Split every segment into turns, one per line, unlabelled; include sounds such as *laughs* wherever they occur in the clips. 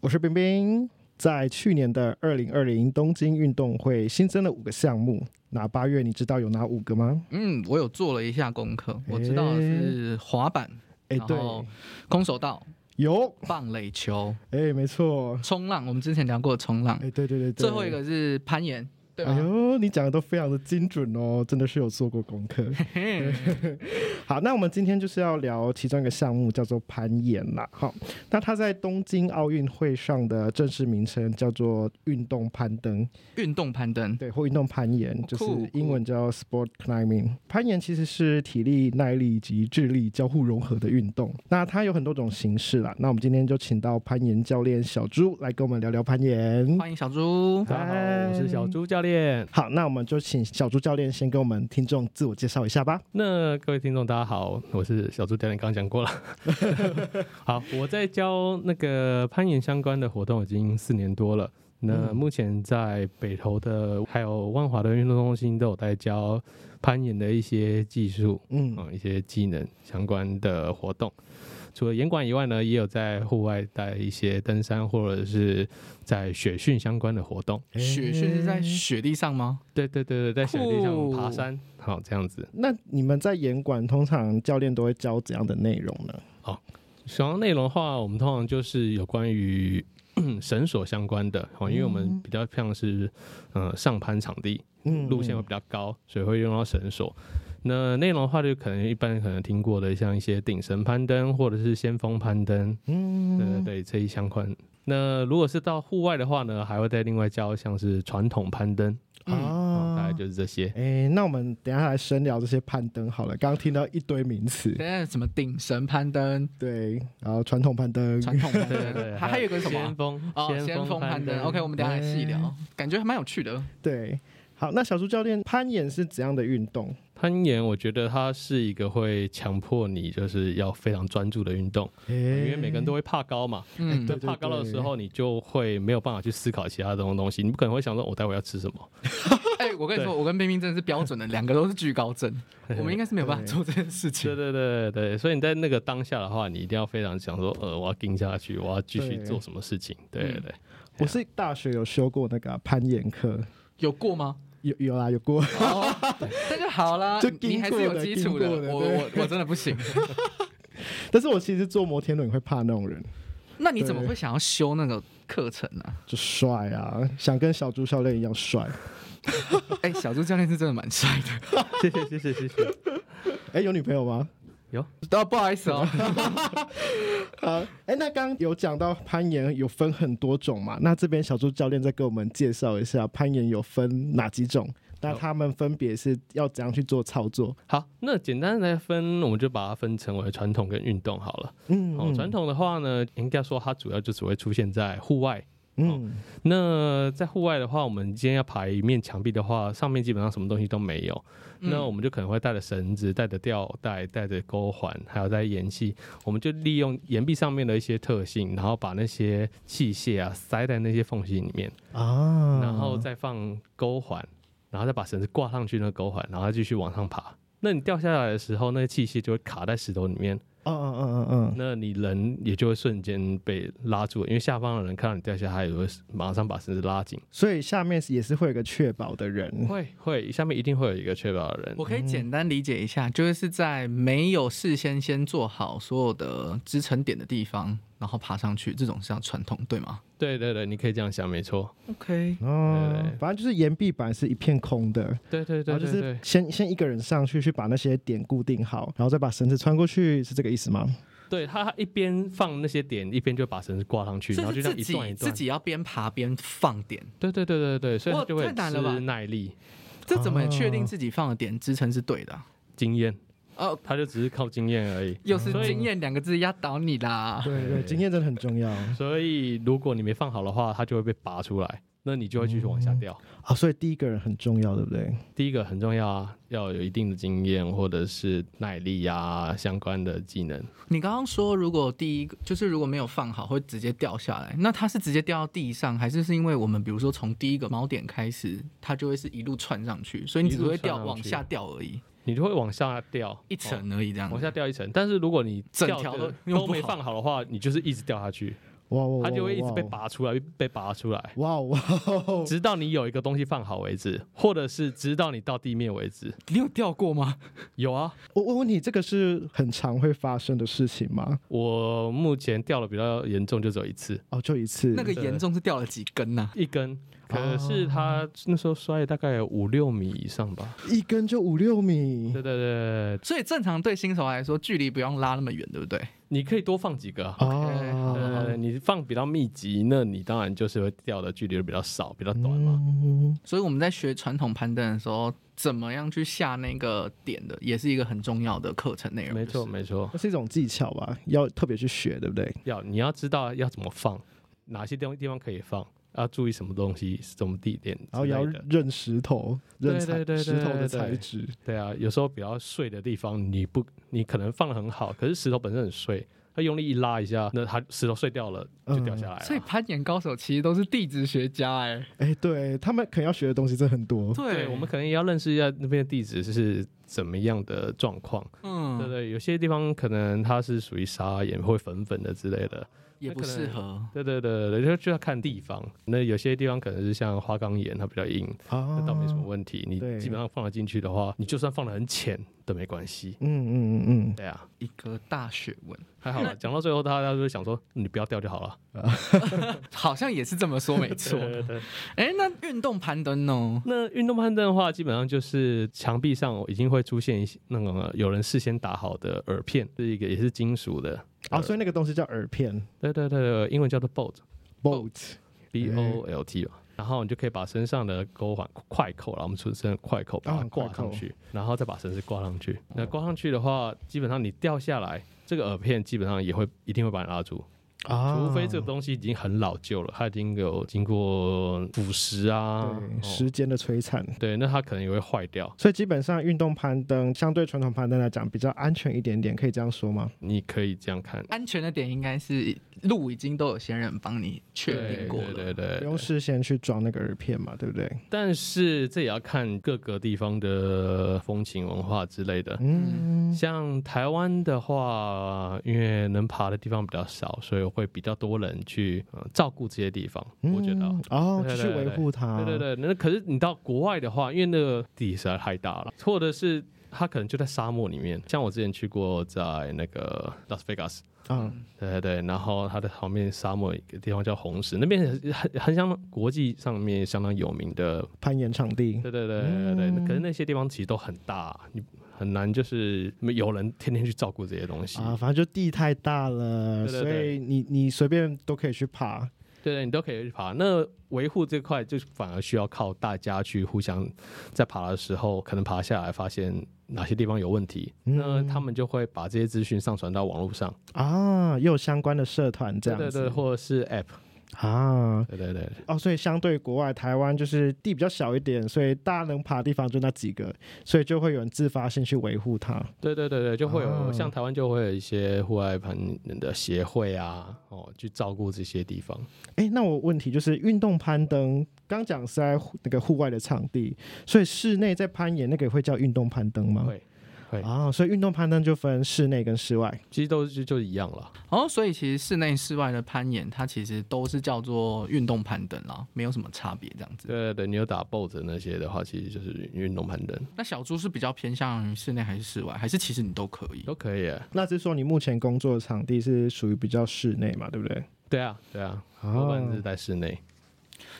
我是冰冰。在去年的二零二零东京运动会新增了五个项目，那八月你知道有哪五个吗？
嗯，我有做了一下功课，我知道的是滑板，
哎、
然
对，
后空手道、
有，
棒垒球、
哎、没错，
冲浪，我们之前聊过冲浪
哎、。对对对对，
最后一。个是攀岩，啊对吧
哎？呦，你讲的都非常的精准哦，真的是有做过功
*laughs*
课。好，那我们今天就是要聊其中一个项目，叫做攀岩啦。好，那它在东京奥运会上的正式名称叫做运动攀登，
运动攀登，
对，或运动攀岩，
酷
就是
酷
英文叫 sport climbing。攀岩其实是体力、耐力及智力交互融合的运动。那它有很多种形式啦。那我们今天就请到攀岩教练小猪来跟我们聊聊攀岩。
欢迎小猪。
大家好，我是小猪教练。
好，那我们就请小猪教练先跟我们听众自我介绍一下吧。
那各位听众，大家好，我是小猪教练，刚刚讲
*laughs*
过了。好，我在教那个攀岩相关的活动已经四年多了。那
嗯
目前在北投的还有万华的运动中心都有在教攀岩的一些技术，
嗯，
嗯，一些技能相关的活动。除了岩馆以外呢，也有在户外带一些登山或者是在雪训相关的活动。
雪训是在雪地上吗？
对对对对，在雪地上
酷
爬山，好这样子。
那你们在严管通常教练都会教怎样的内容呢？
主要内容的话，我们通常就是有关于绳索相关的，哦，因为我
嗯
们比较像是呃上攀场地，
嗯
路线会比较高，所以会用到绳索。那内容的话，就可能一般可能听过的，像一些顶绳攀登或者是先锋攀登，
嗯
对对对，这一相关。那如果是到户外的话呢，还会再另外教像是传统攀登，
嗯，
哦，大
啊
概。就是这些。
哎，那我们等一下来深聊这些攀登好了。刚刚听到一堆名词，
等一下什么顶绳攀登、
对，然后传统攀登，
传 *laughs* 统攀
对对对，
登，还还有一个什么
先
啊？
锋
哦，先锋攀登。OK，我们等一哎下来细聊，感觉还蛮有趣的。
*laughs* 对。好，那小猪教练，攀岩是怎样的运动？
攀岩，我觉得它是一个会强迫你就是要非常专注的运动，啊因为每个人都会怕高嘛。
*laughs* 嗯，
对
对，怕高的时候，你就会没有办法去思考其他东东西，你不可能会想说，我待会要吃什么。
哎，我跟你说，我跟冰冰真的是标准的，两个都是惧高症，我们应该是没有办法做这件事
对
情。
对对对，所以你在那个当下的话，你一定要非常想说，呃，我要盯下去，我要继续
对
做什么事情。对对对，
哎我是大学有修过那个啊攀岩课，
有过吗？
有有啦，有过。
哦， *laughs* 那就好啦
就，
你还是有基础的。
经过的
我
对
我我真的不行。
*laughs* 但是我其实坐摩天轮会怕那种人，
*laughs* 那你怎么会想要修那个课程呢？
就帅啊，想跟小猪教练一样帅。 *laughs*
哎，小猪教练是真的蛮帅的。
*laughs* 谢谢谢谢谢谢。
哎，有女朋友吗？
哦，不好意 *laughs* 思哦，
好，哎，那刚刚有讲到攀岩有分很多种嘛，那这边小猪教练再给我们介绍一下攀岩有分哪几种，那他们分别是要怎样去做操作？
好，那简单来分，我们就把它分成为传统跟运动好了。
嗯
哦，传统的话呢，应该说它主要就只会出现在户外。
嗯
那在户外的话，我们今天要爬一面墙壁的话，上面基本上什么东西都没有。
嗯
那我们就可能会带着绳子、带着吊带、带着钩环，还有带岩系，我们就利用岩壁上面的一些特性，然后把那些器械啊塞在那些缝隙里面，
啊
然后再放钩环，然后再把绳子挂上去那个钩环，然后再继续往上爬。那你掉下来的时候，那个器械就会卡在石头里面，
嗯嗯嗯嗯
那你人也就会瞬间被拉住，因为下方的人看到你掉下来，也会马上把绳子拉紧。
嗯，所以下面也是会有个确保
*laughs*
的人，
会会，下面一定会有一个确保的人
我。可以简单理解一下，就是在没有事先先做好所有的支撑点的地方，然后爬上去，这种是叫传统，对吗
对对对，你可以这样想，没错。
？OK，
哦
对对，对
反正就是岩壁板是一片空的，
对对
然
对
哦
后就
对
是
对，
先先一个人上去去把那些点固定好，然后再把绳子穿过去，是这个意思吗？
对他一边放那些点，一边就把绳子挂上去，然后就这样
自
一段一
己
段哦
自。己要边爬边放点，
对对对对对，所以
哇
他就会
太难了吧
吃耐力、
这怎么确定自己放的点支撑是对的啊、
经验。
哦，
他就只是靠经验而已。
又是经验两个字压倒你啦。
*laughs* 对对，经验真的很重要啊、
所以如果你没放好的话，它就会被拔出来，那你就会继续往下掉。
嗯
啊所以第一个人很重要，对不对？
第一个很重要啊，要有一定的经验或者是耐力啊相关的技能。
你刚刚说，如果第一个就是如果没有放好，会直接掉下来。那它是直接掉到地上，还是是因为我们比如说从第一个锚点开始，它就会是一路窜上去，所以你只会掉
一路窜上去
往下掉而已，
你就会往下掉
一、
哦
层而已这样子。
往下掉一层。但是如果你
整
掉
条
的
都用
都
不
没
好哦
放好的话，你就是一直掉下去，
哇哇，
它就会一直被
哇。
拔出来，被拔出来，
哇哇，
哦
直到你有一个东西放好为止，或者是直到你到地面为止。
你有掉过吗？
有啊，
我我问你，这个是很常会发生的事情吗？
我目前掉的比较严重，就只有一次，
哦，就一次。
那个严重是掉了几根呐、
一根。
哦
可是他那时候摔了大概有五六米以上吧。
一根就五六米，
对对对，
所以正常对新手来说，距离不用拉那么远，对不对？
你可以多放几个
好
啊。
好哦好
呃，你放比较密集，那你当然就是会掉的距离就比较少，比较短嘛。
嗯
所以我们在学传统攀登的时候，怎么样去下那个点的，也是一个很重要的课程内容。
没
就
错，
是
没错，
那是一种技巧吧，要特别去学，对不对？
要你要知道要怎么放，哪些地方地方可以放，要注意什么东西，什么地点
然后
之
也要
类的。
认石头，认
对
材
对对对
石头的
对
材质。
对啊，有时候比较碎的地方，你不你可能放的很好，可是石头本身很碎，它用力一拉一下，那它石头碎掉了就
嗯
掉下来了。
所以攀岩高手其实都是地质学家哎、
哎，对他们可能要学的东西真的很多。
对
对，我们可能也要认识一下那边的地址是怎么样的状况，对
嗯，
对，有些地方可能它是属于沙岩，会粉粉的之类的，
也不适合。
对对对对，就就要看地方。那有些地方可能是像花岗岩，它比较硬，
啊
那倒没什么。问题。你
对
基本上放得进去的话，你就算放得很浅都没关系。
嗯嗯嗯
对啊，
一个大学问，
还好啦。讲到最后，大家就会想说，你不要掉就好了。
好像也是这么说，没错。
*laughs* 对对。
哎、那运动攀登呢？
那运动攀登的话，基本上就是墙壁上已经会出现一些那种呃有人事先打好的饵片，是一个也是金属的。
嗯。啊，所以那个东西叫饵片
对对对对，英文叫做 bolt，b
boat。
o l t 吧。然后你就可以把身上的钩环快扣，然后我们俗称的快扣，把它
哦快
挂
扣哦
上去，然后再把绳子挂上去。那挂上去的话，基本上你掉下来，这个饵片基本上也会一定会把你拉住，
啊，
哦除非这个东西已经很老旧了，它已经有经过腐蚀啊，
对
哦
时间的摧残。
对，那它可能也会坏掉。
所以基本上运动攀登相对传统攀登来讲比较安全一点点，可以这样说吗？
你可以这样看，
安全的点应该是路已经都有先人帮你确定
对
过了。
对对
不
对
用事先去装那个饵片嘛，对不对？
但是这也要看各个地方的风情文化之类的。
嗯，
像台湾的话，因为能爬的地方比较少，所以会比较多人去、呃、照顾这些地方。我觉得啊，
嗯哦，
对
继
对
续维护它。
对对对。那可是你到国外的话，因为那个地实在太大了，或者是它可能就在沙漠里面。像我之前去过在那个拉斯维加斯，
嗯，
对对对，然后它的旁边沙漠一个地方叫红石，那边很很很相当国际上面相当有名的
攀岩场地。
对对对对对，那可是那些地方其实都很大，你很难就是有人天天去照顾这些东西。
啊，反正就地太大了，
对对
所
对
以你你随便都可以去爬。
对对，你都可以去爬。那维护这块就反而需要靠大家去互相在爬的时候，可能爬下来发现哪些地方有问题，那
嗯
他们就会把这些资讯上传到网络上，
啊，又有相关的社团这
对
样子
对对，或者是 App，
啊。
对对对。
哦，所以相对国外，台湾就是地比较小一点，所以大家能爬的地方就那几个，所以就会有人自发性去维护它。
对对对对，就会有、
啊
像台湾就会有一些户外攀岩的协会啊，哦，去照顾这些地方。
哎，那我问题就是运动攀登，刚讲是在户那个户外的场地，所以室内在攀岩那个也会叫运动攀登吗？
会会
啊，所以运动攀登就分室内跟室外。
其实都是就就一样了。
哦，所以其实室内室外的攀岩，它其实都是叫做运动攀登啦，没有什么差别这样子。
对对对，你有打 BOSS 那些的话，其实就是运动攀登
那小猪是比较偏向于室内还是室外，还是其实你都可以？
都可以耶。
那是说你目前工作的场地是属于比较室内嘛，对不对？
对啊，对啊，
啊
多半是在室内。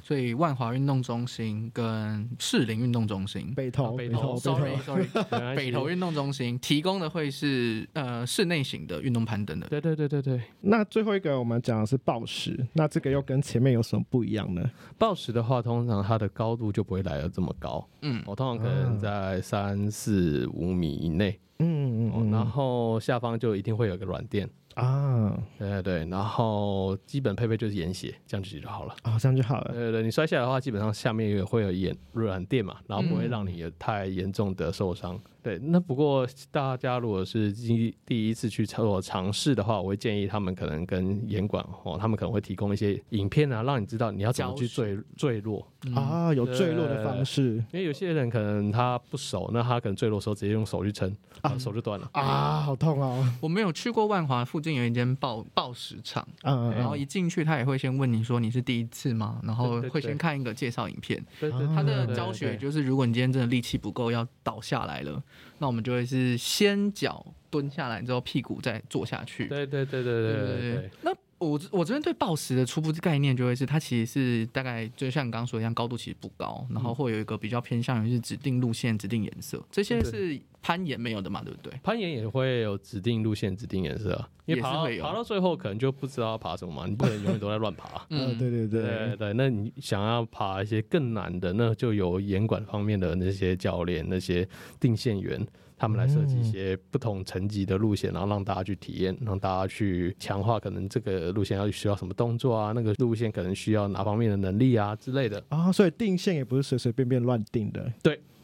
所以万华运动中心跟士林运动中心。
北投，
啊北
投，
投
北
s o r r
投
*laughs*
y。sorry，
没关系
北投运动中心提供的会是呃室内型的运动攀登的
对对对对对，
那最后一个我们讲的是暴食，那这个又跟前面有什么不一样呢？
暴食的话，通常它的高度就不会来的这么高，
嗯，
我、通常可
啊
能在三四五米以内，
嗯嗯
哦
嗯，
然后下方就一定会有个软垫，
啊，
对对对，然后基本配备就是岩鞋，这样就就好了。
哦，这样就好
对
了。
对对，你摔下来的话，基本上下面也会有眼软垫嘛，然后不会
嗯
让你有太严重的受伤。对，那不过大家如果是第第一次去做尝试的话，我会建议他们可能跟严管哦，他们可能会提供一些影片啊，让你知道你要怎么去
教
坠坠落。
嗯，
啊，有坠落的方式
因为有些人可能他不熟，那他可能坠落的时候直接用手去撑，啊，手就断了。
啊，好痛哦。
我没有去过万华，附近有一间暴暴食场，
嗯
然
嗯
后一进去他也会先问你说你是第一次吗？然后
哦对对
会先看一个介绍影片，
对对，
啊
他的
对
教学
对
就是如果你今天真的力气不够要倒下来了，那我们就会是先脚蹲下来之后屁股再坐下去，
对对对对对对对。
那我这我这边对暴食的初步概念就会是，它其实是大概就像你刚刚说的一样，高度其实不高，然后会有一个比较偏向于是指定路线、指定颜色，这些
对
是攀岩没有的嘛，对不对？
攀岩也会有指定路线、指定颜色，啊因为爬到
也是会有。
爬到最后可能就不知道要爬什么嘛，你不能永远都在乱爬
嗯，对对
呃对
对
对，对，那你想要爬一些更难的，那就由严管方面的那些教练、那些定线员，他们来设计一些不同层级的路线，然后让大家去体验，让大家去强化，可能这个路线要需要什么动作啊，那个路线可能需要哪方面的能力啊之类的。
啊，所以定线也不是随随便便乱定的，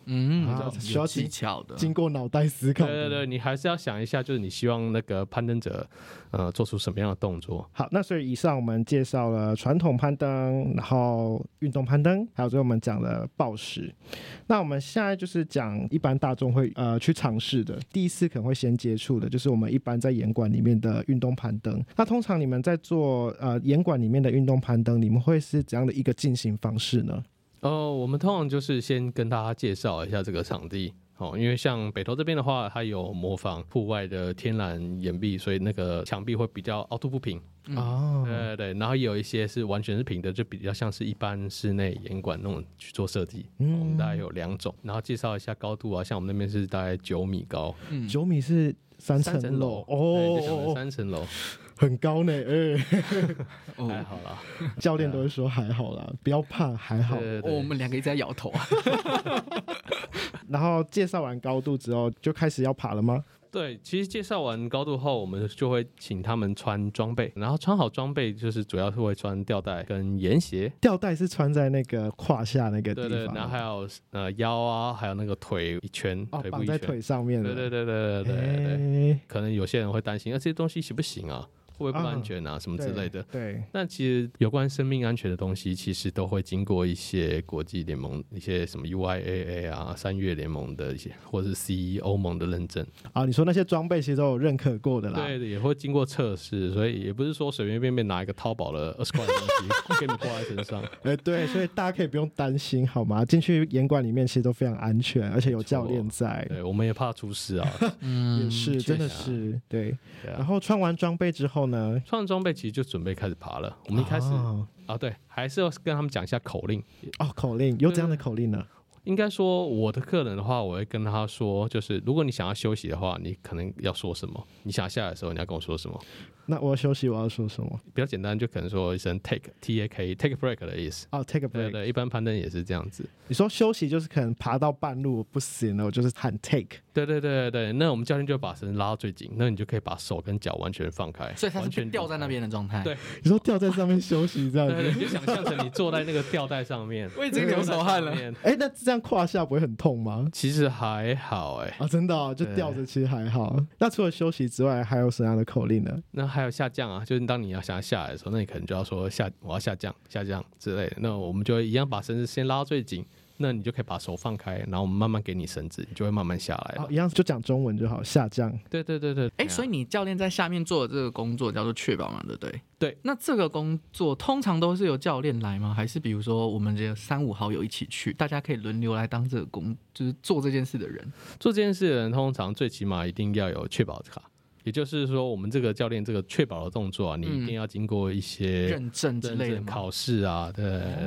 嗯，
啊
有
需要
技
经
巧的，哦
经过脑袋思考
*laughs* 嗯对
的。
对对，你还是要想一下，就是你希望那个攀登者，呃，做出什么样的动作。
好，那所以以上我们介绍了传统攀登，然后运动攀登，还有最后我们讲了暴食。那我们现在就是讲一般大众会呃去尝试的，第一次可能会先接触的，就是我们一般在岩馆里面的运动攀登。那通常你们在做呃岩馆里面的运动攀登，你们会是怎样的一个进行方式呢？
哦，我们通常就是先跟大家介绍一下这个场地。哦，因为像北投这边的话，它有模仿户外的天然岩壁，所以那个墙壁会比较凹凸不平。
嗯
哦
对对对，然后也有一些是完全是平的，就比较像是一般室内岩馆那种去做设计。
嗯
哦我们大概有两种，然后介绍一下高度啊，像我们那边是大概九米高，
嗯，
九米是三
三
层
层
楼
楼
哦
对就想成
哦，哦
三层楼，
很高呢。哎，嗯
哦
还好啦。
教练都会说还好啦，不要怕，还好。
啊对对
哦我
对，
们两个一直在摇头
*laughs*
啊，
然后介绍完高度之后，就开始要爬了吗？
对，其实介绍完高度后，我们就会请他们穿装备，然后穿好装备就是主要是会穿吊带跟岩鞋，
吊带是穿在那个胯下那个地
对
方，
对，然后还有呃腰啊，还有那个腿一圈，
哦
腿部
绑
一
在
圈，
腿上面
对
的，
对对对对对对对，
对，
可能有些人会担心，啊这些东西行不行啊，会不会不安全啊，什么之类的。
对，
那其实有关生命安全的东西，其实都会经过一些国际联盟、一些什么 UIAA 啊、三月联盟的一些，或者是 CE 欧盟的认证，
啊，你说那些装备其实都有认可过的啦，嗯
对，也会经过测试，所以也不是说随随便便拿一个淘
*laughs*
宝的二十块的东西给你挂在身上。
呃，对，所以大家可以不用担心，好吗？进去严管里面其实都非常安全，而且有教练在，
对，我们也怕出事啊。
嗯
也是，真的
确实啊
是对。
对
然
啊，
后穿完装备之后呢，
穿上装备其实就准备开始爬了。我们一开始
哦，
啊，对，还是要跟他们讲一下口令。
哦口令有怎样的口令呢？
应该说，我的客人的话，我会跟他说，就是如果你想要休息的话，你可能要说什么；你想下来的时候，你要跟我说什么。
那我要休息，我要说什么？
比较简单，就可能说一声 take t a k take a break 的意思。
哦，take a
对
break。
对，一般攀登也是这样子。
你说休息就是可能爬到半路不行了，我就是喊 take。
对对对对对，那我们教练就会把绳拉到最紧，那你就可以把手跟脚完全放开，
所以他是
完
被
全离
吊在
开
那。边的状态。
对
你说吊在上面休息这样
对
子
对，，你就想象成你坐在那个吊带上面，
我已经流手汗了
上面。
哎、那这样胯下不会很痛吗？
其实还好哎、
啊，真的、哦，就
对
吊着其实还好。那除了休息之外，还有什么样的口令呢？
那还有下降啊，就是当你要想要下来的时候，那你可能就要说下，我要下降，下降之类的。那我们就会一样把绳子先拉到最紧，那你就可以把手放开，然后我们慢慢给你绳子，你就会慢慢下来了。
啊，一样就讲中文就好，下降。
对对对对，啊
哎、所以你教练在下面做的这个工作叫做确保嘛，对不对？
对。
那这个工作通常都是由教练来吗？还是比如说我们这三五好友一起去，大家可以轮流来当这个工，就是做这件事的人？
做这件事的人通常最起码一定要有确保卡。也就是说，我们这个教练这个确保的动作啊，你一定要经过一些
认证之
认
类的
证
吗
考试啊，对，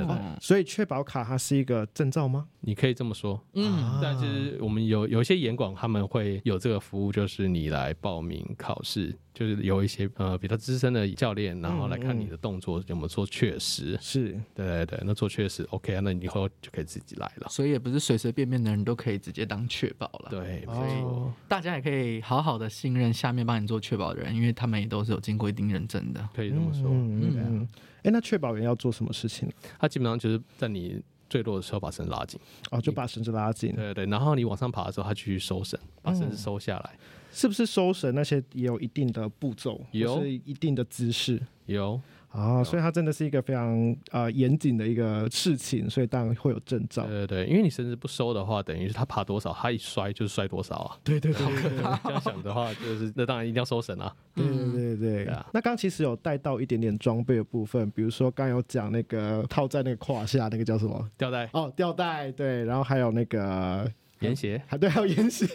哦
所以确保卡它是一个证照吗？
你可以这么说。
嗯，
但是我们有有一些严管他们会有这个服务，就是你来报名考试，就是有一些呃比较资深的教练，然后来看你的动作有没有做确实。
是
对对对，那做确实 OK，啊那你以后就可以自己来了。
所以也不是随随便便的人都可以直接当确保了。，
对，没错。
哦，
大家也可以好好的信任下面帮你做确保的人，因为他们也都是有经过一定认证的。
可以这么说，
嗯嗯
对啊
嗯。哎、那确保员要做什么事情？
他基本上就是在你坠落的时候把绳拉紧，
哦，就把绳子拉紧，
对对，然后你往上爬的时候，他去收绳，把绳子收下来。
是不是收绳那些也有一定的步骤，
有
或是一定的姿势
有，
啊、哦？所以它真的是一个非常呃严谨的一个事情，所以当然会有证照
对。对对，因为你绳子不收的话，等于是他爬多少，他一摔就是摔多少啊。
对对对对对
*laughs* 这样想的话，就是那当然一定要收绳啊。
对对对对
对啊
那刚刚其实有带到一点点装备的部分，比如说刚刚有讲那个呃套在那个胯下那个叫什么？
吊带、
哦，吊带，对，然后还有那个， *laughs*
棉鞋，
还对，还有眼线，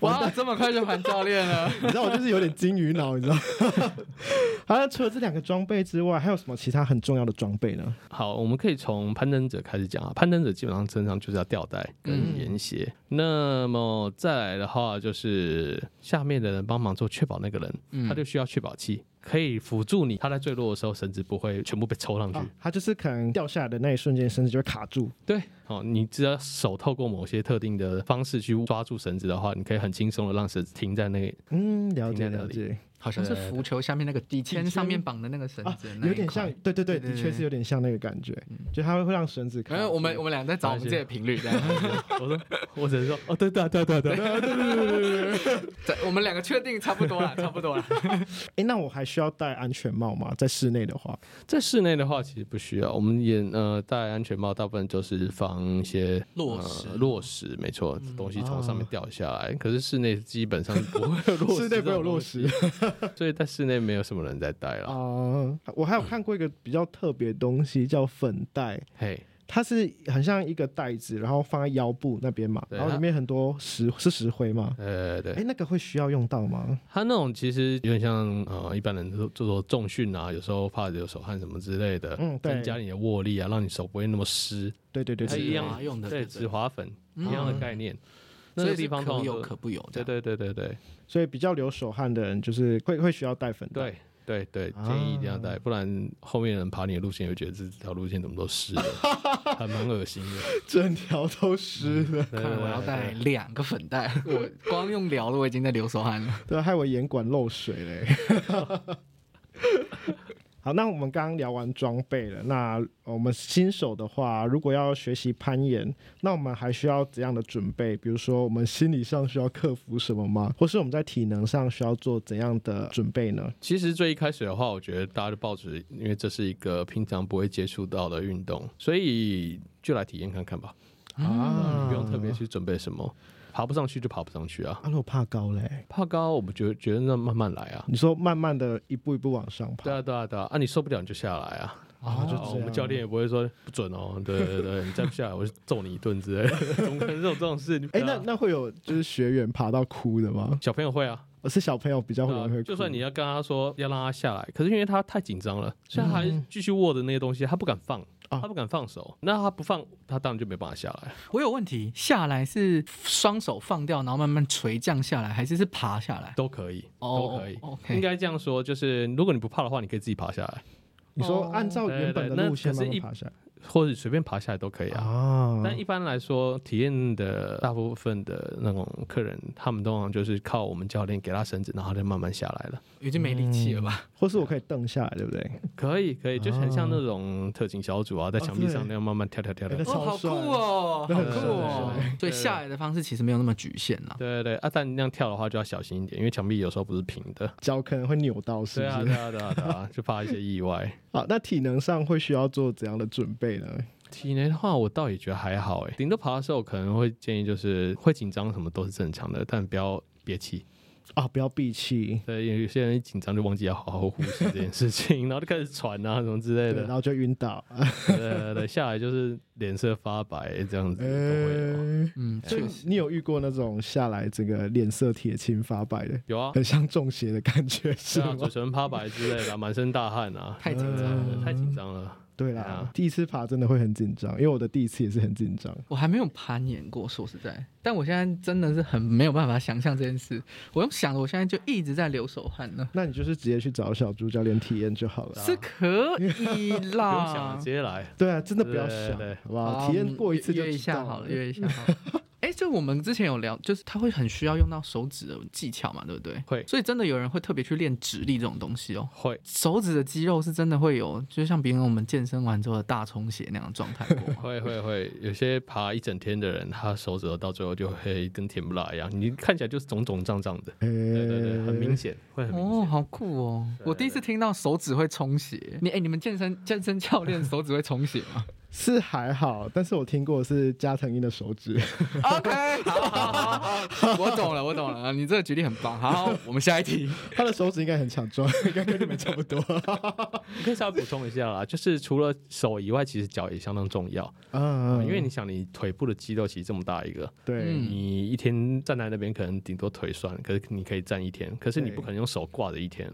哇，这么快就换教练了？
你知道我就是有点金鱼脑，你知道吗？ *laughs* 好像除了这两个装备之外，还有什么其他很重要的装备呢？
好，我们可以从攀登者开始讲啊。攀登者基本上身上就是要吊带跟棉鞋。那么再来的话，就是下面的人帮忙做确保那个人，
嗯
他就需要确保器，可以辅助你。他在坠落的时候，绳子不会全部被抽上去。
啊，它就是可能掉下来的那一瞬间，绳子就会卡住。
对，哦，你只要手透过某些特定的方式去抓住绳子的话，你可以很轻松的让绳子停在那里。
嗯，了解
停在那
了
里
解，
*laughs* 好像是浮球下面那个底
底
签
签
上面绑的那个绳
啊
子，那一
有点像
块，。
对对对，
对对嗯
的确是有点像那个感觉，就它会会让绳子
*laughs*
卡
没
住。
有，我们我们俩在找我们自己的频率，这样。
我说，我只能说，哦，对对对对对，
*laughs* 在我们两个确定差不多 *laughs* 了，差不多了。
哎，那我还需要戴安全帽吗？在室内的话，
*laughs* 在室内的话其实不需要，我们也呃戴安全帽，大部分就是防一些
落石
呃落石，没错，东西从上面掉下来。可是室内基本上不会 *laughs* 有落
室
石，
内不会有落，实。
所以在室内没有什么人在戴了。
*laughs* 啊、我还有看过一个比较特别的东西，叫粉袋，
嘿，
它是很像一个袋子，然后放在腰部那边嘛，
对
然后
啊
它
里面很多石是石灰吗？
呃，对
哎、，那个会需要用到吗？
他那种其实有点像呃一般人做做重训啊，有时候怕流手汗什么之类的，
嗯对
增加你的握力啊，让你手不会那么湿。
对对对
它
是
对
滑
一样
啊用的
对，
对不对嗯
止滑粉一样的概念。那
所
个
以
地
是
方
可
通
有
常
可不有，
对。对对对对
所以比较流手汗的人，就是会会需要带粉袋。
对对对，
啊
建议一定要带，
*laughs*
不然后面人爬你的路线，会觉得这条路线怎么都湿了，还蛮恶心的。
*laughs* 整条都湿了，
对
看来我要带，两个粉袋，我光用聊了，我已经在流手汗了。
对啊，害我眼管漏水嘞。 *laughs* 好，那我们刚刚聊完装备了，那呃我们新手的话，如果要学习攀岩，那我们还需要怎样的准备？比如说，我们心理上需要克服什么吗？或是我们在体能上需要做怎样的准备呢？
其实最一开始的话，我觉得大家就抱着，因为这是一个平常不会接触到的运动，所以就来体验看看吧。嗯
啊，
你不用特别去准备什么，爬不上去就爬不上去啊。
啊，我怕高嘞。
怕高，我们觉得觉得那慢慢来啊。
你说慢慢的一步一步往上爬，
对啊，对啊，对啊，啊，你受不了你就下来啊！
啊，就这
啊
样
我们教练也不会说不准哦，对对对，你再不下来我就揍你一顿之类的， *laughs* 怎么可能有这种事？
哎、
对
那
啊
那会有就是学员爬到哭的吗？呃
小朋友会啊，
我是小朋友比较
对
容易会
啊
哭，
就算你要跟他说要让他下来，可是因为他太紧张了，所以他还继续握着那些东西，他不敢放，
啊
他不敢放手，那他不放，他当然就没办法下来。
我有问题，下来是双手放掉，然后慢慢垂降下来，还是是爬下来？
都可以，都
哦
可以，
，OK
应该这样说，就是如果你不怕的话，你可以自己爬下来，
你说按照原本的路线
哦对
慢慢
对对
爬下来
或者随便爬下来都可以啊。
啊
但一般来说，体验的大部分的那种客人，他们通常就是靠我们教练给他绳子，然后他就慢慢下
*laughs*
来了。
已经没力气了吧？
或是我可以蹬下来，对不对？
可以，可以，就是很像那种特警小组啊，在墙壁
啊对
上那样慢慢跳跳跳
哎那
的。
嗯超
哦，好酷
帅
哦，好
对
酷哦
对对！
所以下来的方式其实没有那么局限啦。
对对对，啊，但那样跳的话就要小心一点，因为墙壁有时候不是平的。
脚可能会扭到，是
对
不
啊，
是？
对啊，对啊，
*laughs*
对啊，就怕一些意外。
好，那体能上会需要做怎样的准备呢？
体能的话，我倒也觉得还好诶，欸顶多爬的时候可能会建议就是会紧张什么都是正常的，但不要憋气。
啊，不要闭气，
对，因为有些人一紧张就忘记要好好呼吸这件事情，然 *laughs* 后就开始喘啊什么之类
对，
的哎
然，后就晕倒。
对对对，下来就是脸色发白
*laughs*
这样子
哎
都会哦有。
呃，
嗯，
所以
确实，
你有遇过那种下来这个脸色铁青发白的，
有啊，
很像中邪的感觉，哎是
是啊，
吗？
嘴唇趴白之类的啊，满身大汗啊，
太紧张
真的
了。
太紧张了。
对啦，
对啊
第一次爬真的会很紧张，因为我的第一次也是很紧张。
我还没有攀岩过，说实在，但我现在真的是很没有办法想象这件事。我用想的，我现在就一直在流手汗
啊
呢，
那你就是直接去找小猪教练体验就好了。啊
是可以
*laughs* 不用想了，
啦
直。接来。
对啊，真的不要想，
对对对
好不好？
好
体验过一次就
约约一
知道
下好了， *laughs* 约一下好了。哎、就我们之前有聊，就是他会很需要用到手指的技巧嘛，对不对？
会
所以真的有人会特别去练指力这种东西哦。
会，
手指的肌肉是真的会有，就像别人我们健身完之后的大充血那样的状态 *laughs* 过吗？
会会会，有些爬一整天的人，他手指头到最后就会跟甜不辣一样，你看起来就是肿肿胀胀的。
哎
对对对，很明显，会很明
哦，
显。
好酷哦！我第一次听到手指会充血。你哎、你们健身健身教练手指会充血吗
是还好，但是我听过是加藤鹰的手
*laughs*
指。
*laughs* ？OK，好好好好，我懂了，我懂了。啊你这个举例很棒。好，我们下一题。
他的手指应该很强
*laughs*
壮，应该跟你们差不多
你可以稍微补充一下啦，就是除了手以外，其实脚也相当重要，
啊
哦因为你想，你腿部的肌肉其实这么大一个，
对
嗯
你一天站在那边可能顶多腿酸，可是你可以站一天，可是你
对
不可能用手挂着一天，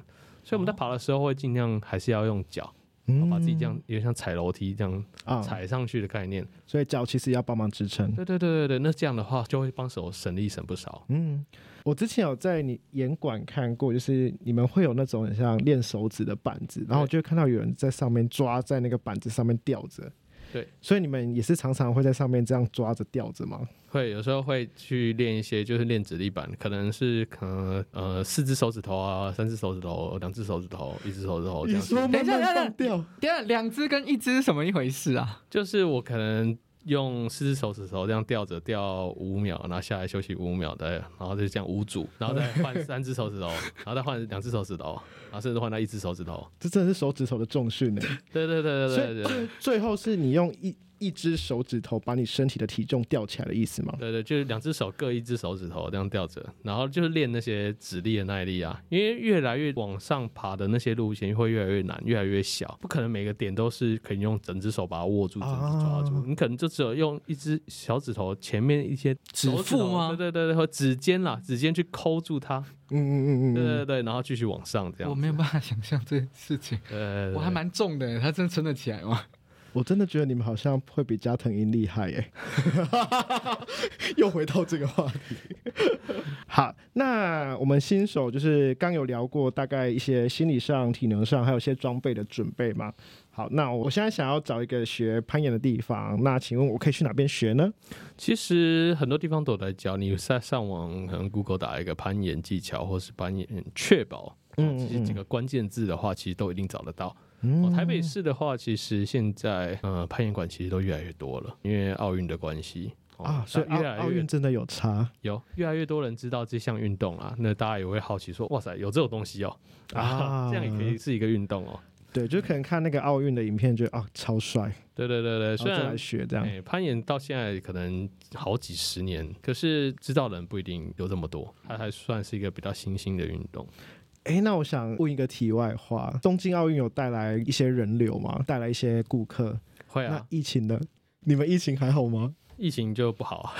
所以我们在爬的时候会尽量还是要用脚，
嗯嗯
把自己这样有点像踩楼梯这样
啊，
踩上去的概念。
所以脚其实也要帮忙支撑。
对对对对对，那这样的话就会帮手省力省不少。
嗯，我之前有在你演馆看过，就是你们会有那种很像练手指的板子，然后我就会看到有人在上面抓在那个板子上面吊着。
对，
所以你们也是常常会在上面这样抓着吊着吗？
会有时候会去练一些，就是练指力板，可能是可能呃四只手指头啊，三只手指头，两只手指头，一只手指头这样子。
慢慢放
掉，
第二，两只跟一只是什么一回事啊？
就是我可能用四只手指头这样吊着吊五秒，然后下来休息五秒的，然后就这样五组，然后再换三只手指头，然后再换两只手指头，然后甚至换到一只手指头。
这真的是手指头的重训欸呢。
对对对对
所
对
以
对对
最最后是你用一一只手指头把你身体的体重吊起来的意思吗？
对对，就是两只手各一只手指头这样吊着，然后就是练那些指力的耐力啊，因为越来越往上爬的那些路线会越来越难，越来越小，不可能每个点都是可以用整只手把它握住、整只抓住，
啊
你可能就只有用一只小指头前面一些
指啊
手头
腹吗
对对对对，和指尖啦，指尖去抠住它，
嗯嗯嗯嗯
对对
嗯，
对，然后继续往上这样
我。没有办法想象这件事情。
对对对
我还蛮重的，它真的撑得起来
*laughs*
吗？
我真的觉得你们好像会比加藤鹰厉害欸耶。又回到这个话题。好，那我们新手就是刚有聊过大概一些心理上、体能上，还有一些装备的准备嘛。好，那我现在想要找一个学攀岩的地方，那请问我可以去哪边学呢？
其实很多地方都有在教，你在上网可能 Google 打一个攀岩技巧，或是攀岩确保，
嗯
嗯，其实几个关键字的话，其实都一定找得到。
嗯
哦，台北市的话，其实现在呃攀岩馆其实都越来越多了，因为奥运的关系。哦
啊，所以
大
奥
越来
奥
越
运真的有差
有越来越多人知道这项运动啊，那大家也会好奇说，哇塞，有这种东西哦，
啊
啊， *laughs* 这样也可以是一个运动哦。
对，就可能看那个奥运的影片，觉得啊超帅，
对对对对，
然后
虽
再
然
来学哦这样。
哎、攀岩到现在可能好几十年，可是知道的人不一定有这么多，它还算是一个比较新兴的运动。
哎、那我想问一个题外话：东京奥运有带来一些人流吗？带来一些顾客？
会
那
啊，
疫情呢？你们疫情还好吗？
疫情就不好啊，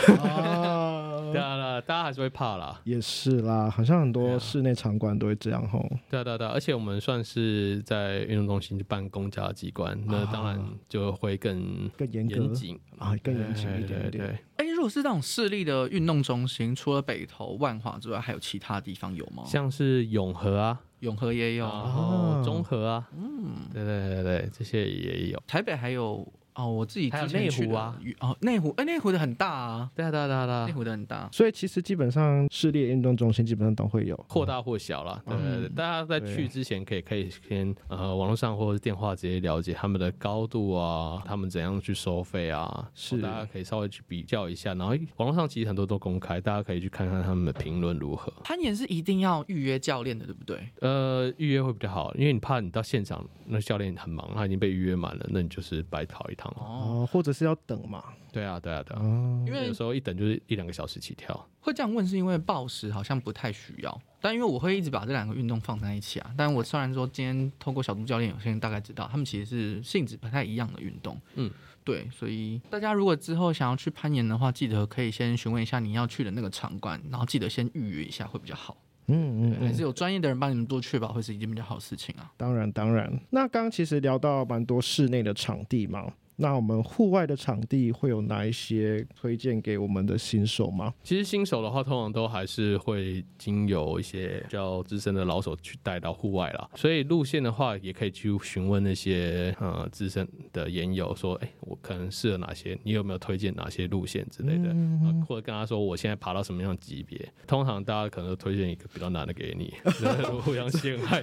啊，
对啊，对啊大家还是会怕啦。
*laughs* 也是啦，好像很
对
多
啊
室内场馆都会这样吼。
对啊，对啊，对啊，而且我们算是在运动中心就办公家机关，那当然就会更
更啊严格
严谨，
啊，更严谨一
对
点
对
点。哦
对，
哎，如果是那种市立的运动中心，除了北投、万华之外，还有其他地方有吗？
像是永和啊，
永和也有，
然后中和啊，嗯，对对对对，这些也有。
台北还有哦，我自己
还有
之前
内
去
湖
的
啊，
哦，内湖，哎，内湖的很大啊，
对啊，对啊，对啊，对啊
内湖的很大。
所以其实基本上室内运动中心基本上都会有。
或大或小啦。
嗯
对对对，大家在去之前可以可以先呃网络上或者是电话直接了解他们的高度啊，他们怎样去收费啊，
是
大家可以稍微去比较一下。然后网络上其实很多都公开，大家可以去看看他们的评论如何。
攀岩是一定要预约教练的，对不对？
呃，预约会比较好，因为你怕你到现场那教练很忙，他已经被预约满了，那你就是白跑一趟嘛。
哦，
哦，或者是要等嘛？
对啊，对啊，对啊，
哦
因，为
有时候一等就是一两个小时起跳。
会这样问，是因为暴食好像不太需要，但因为我会一直把这两个运动放在一起啊。但我虽然说今天透过小猪教练，有些人大概知道，他们其实是性质不太一样的运动。
嗯，
对，所以大家如果之后想要去攀岩的话，记得可以先询问一下你要去的那个场馆，然后记得先预约一下会比较好。
嗯嗯
对，还
嗯，
是有专业的人帮你们做确保，会是一件比较好的事情啊。
当然当然。那刚刚其实聊到蛮多室内的场地嘛，那我们户外的场地会有哪一些推荐给我们的新手吗？
其实新手的话，通常都还是会经由一些比较资深的老手去带到户外啦。所以路线的话，也可以去询问那些呃资深的研友说，哎、我可能适合哪些，你有没有推荐哪些路线之类的。啊或者跟他说我现在爬到什么样的级别，通常大家可能都推荐一个比较难的给你， *laughs* 互相陷害。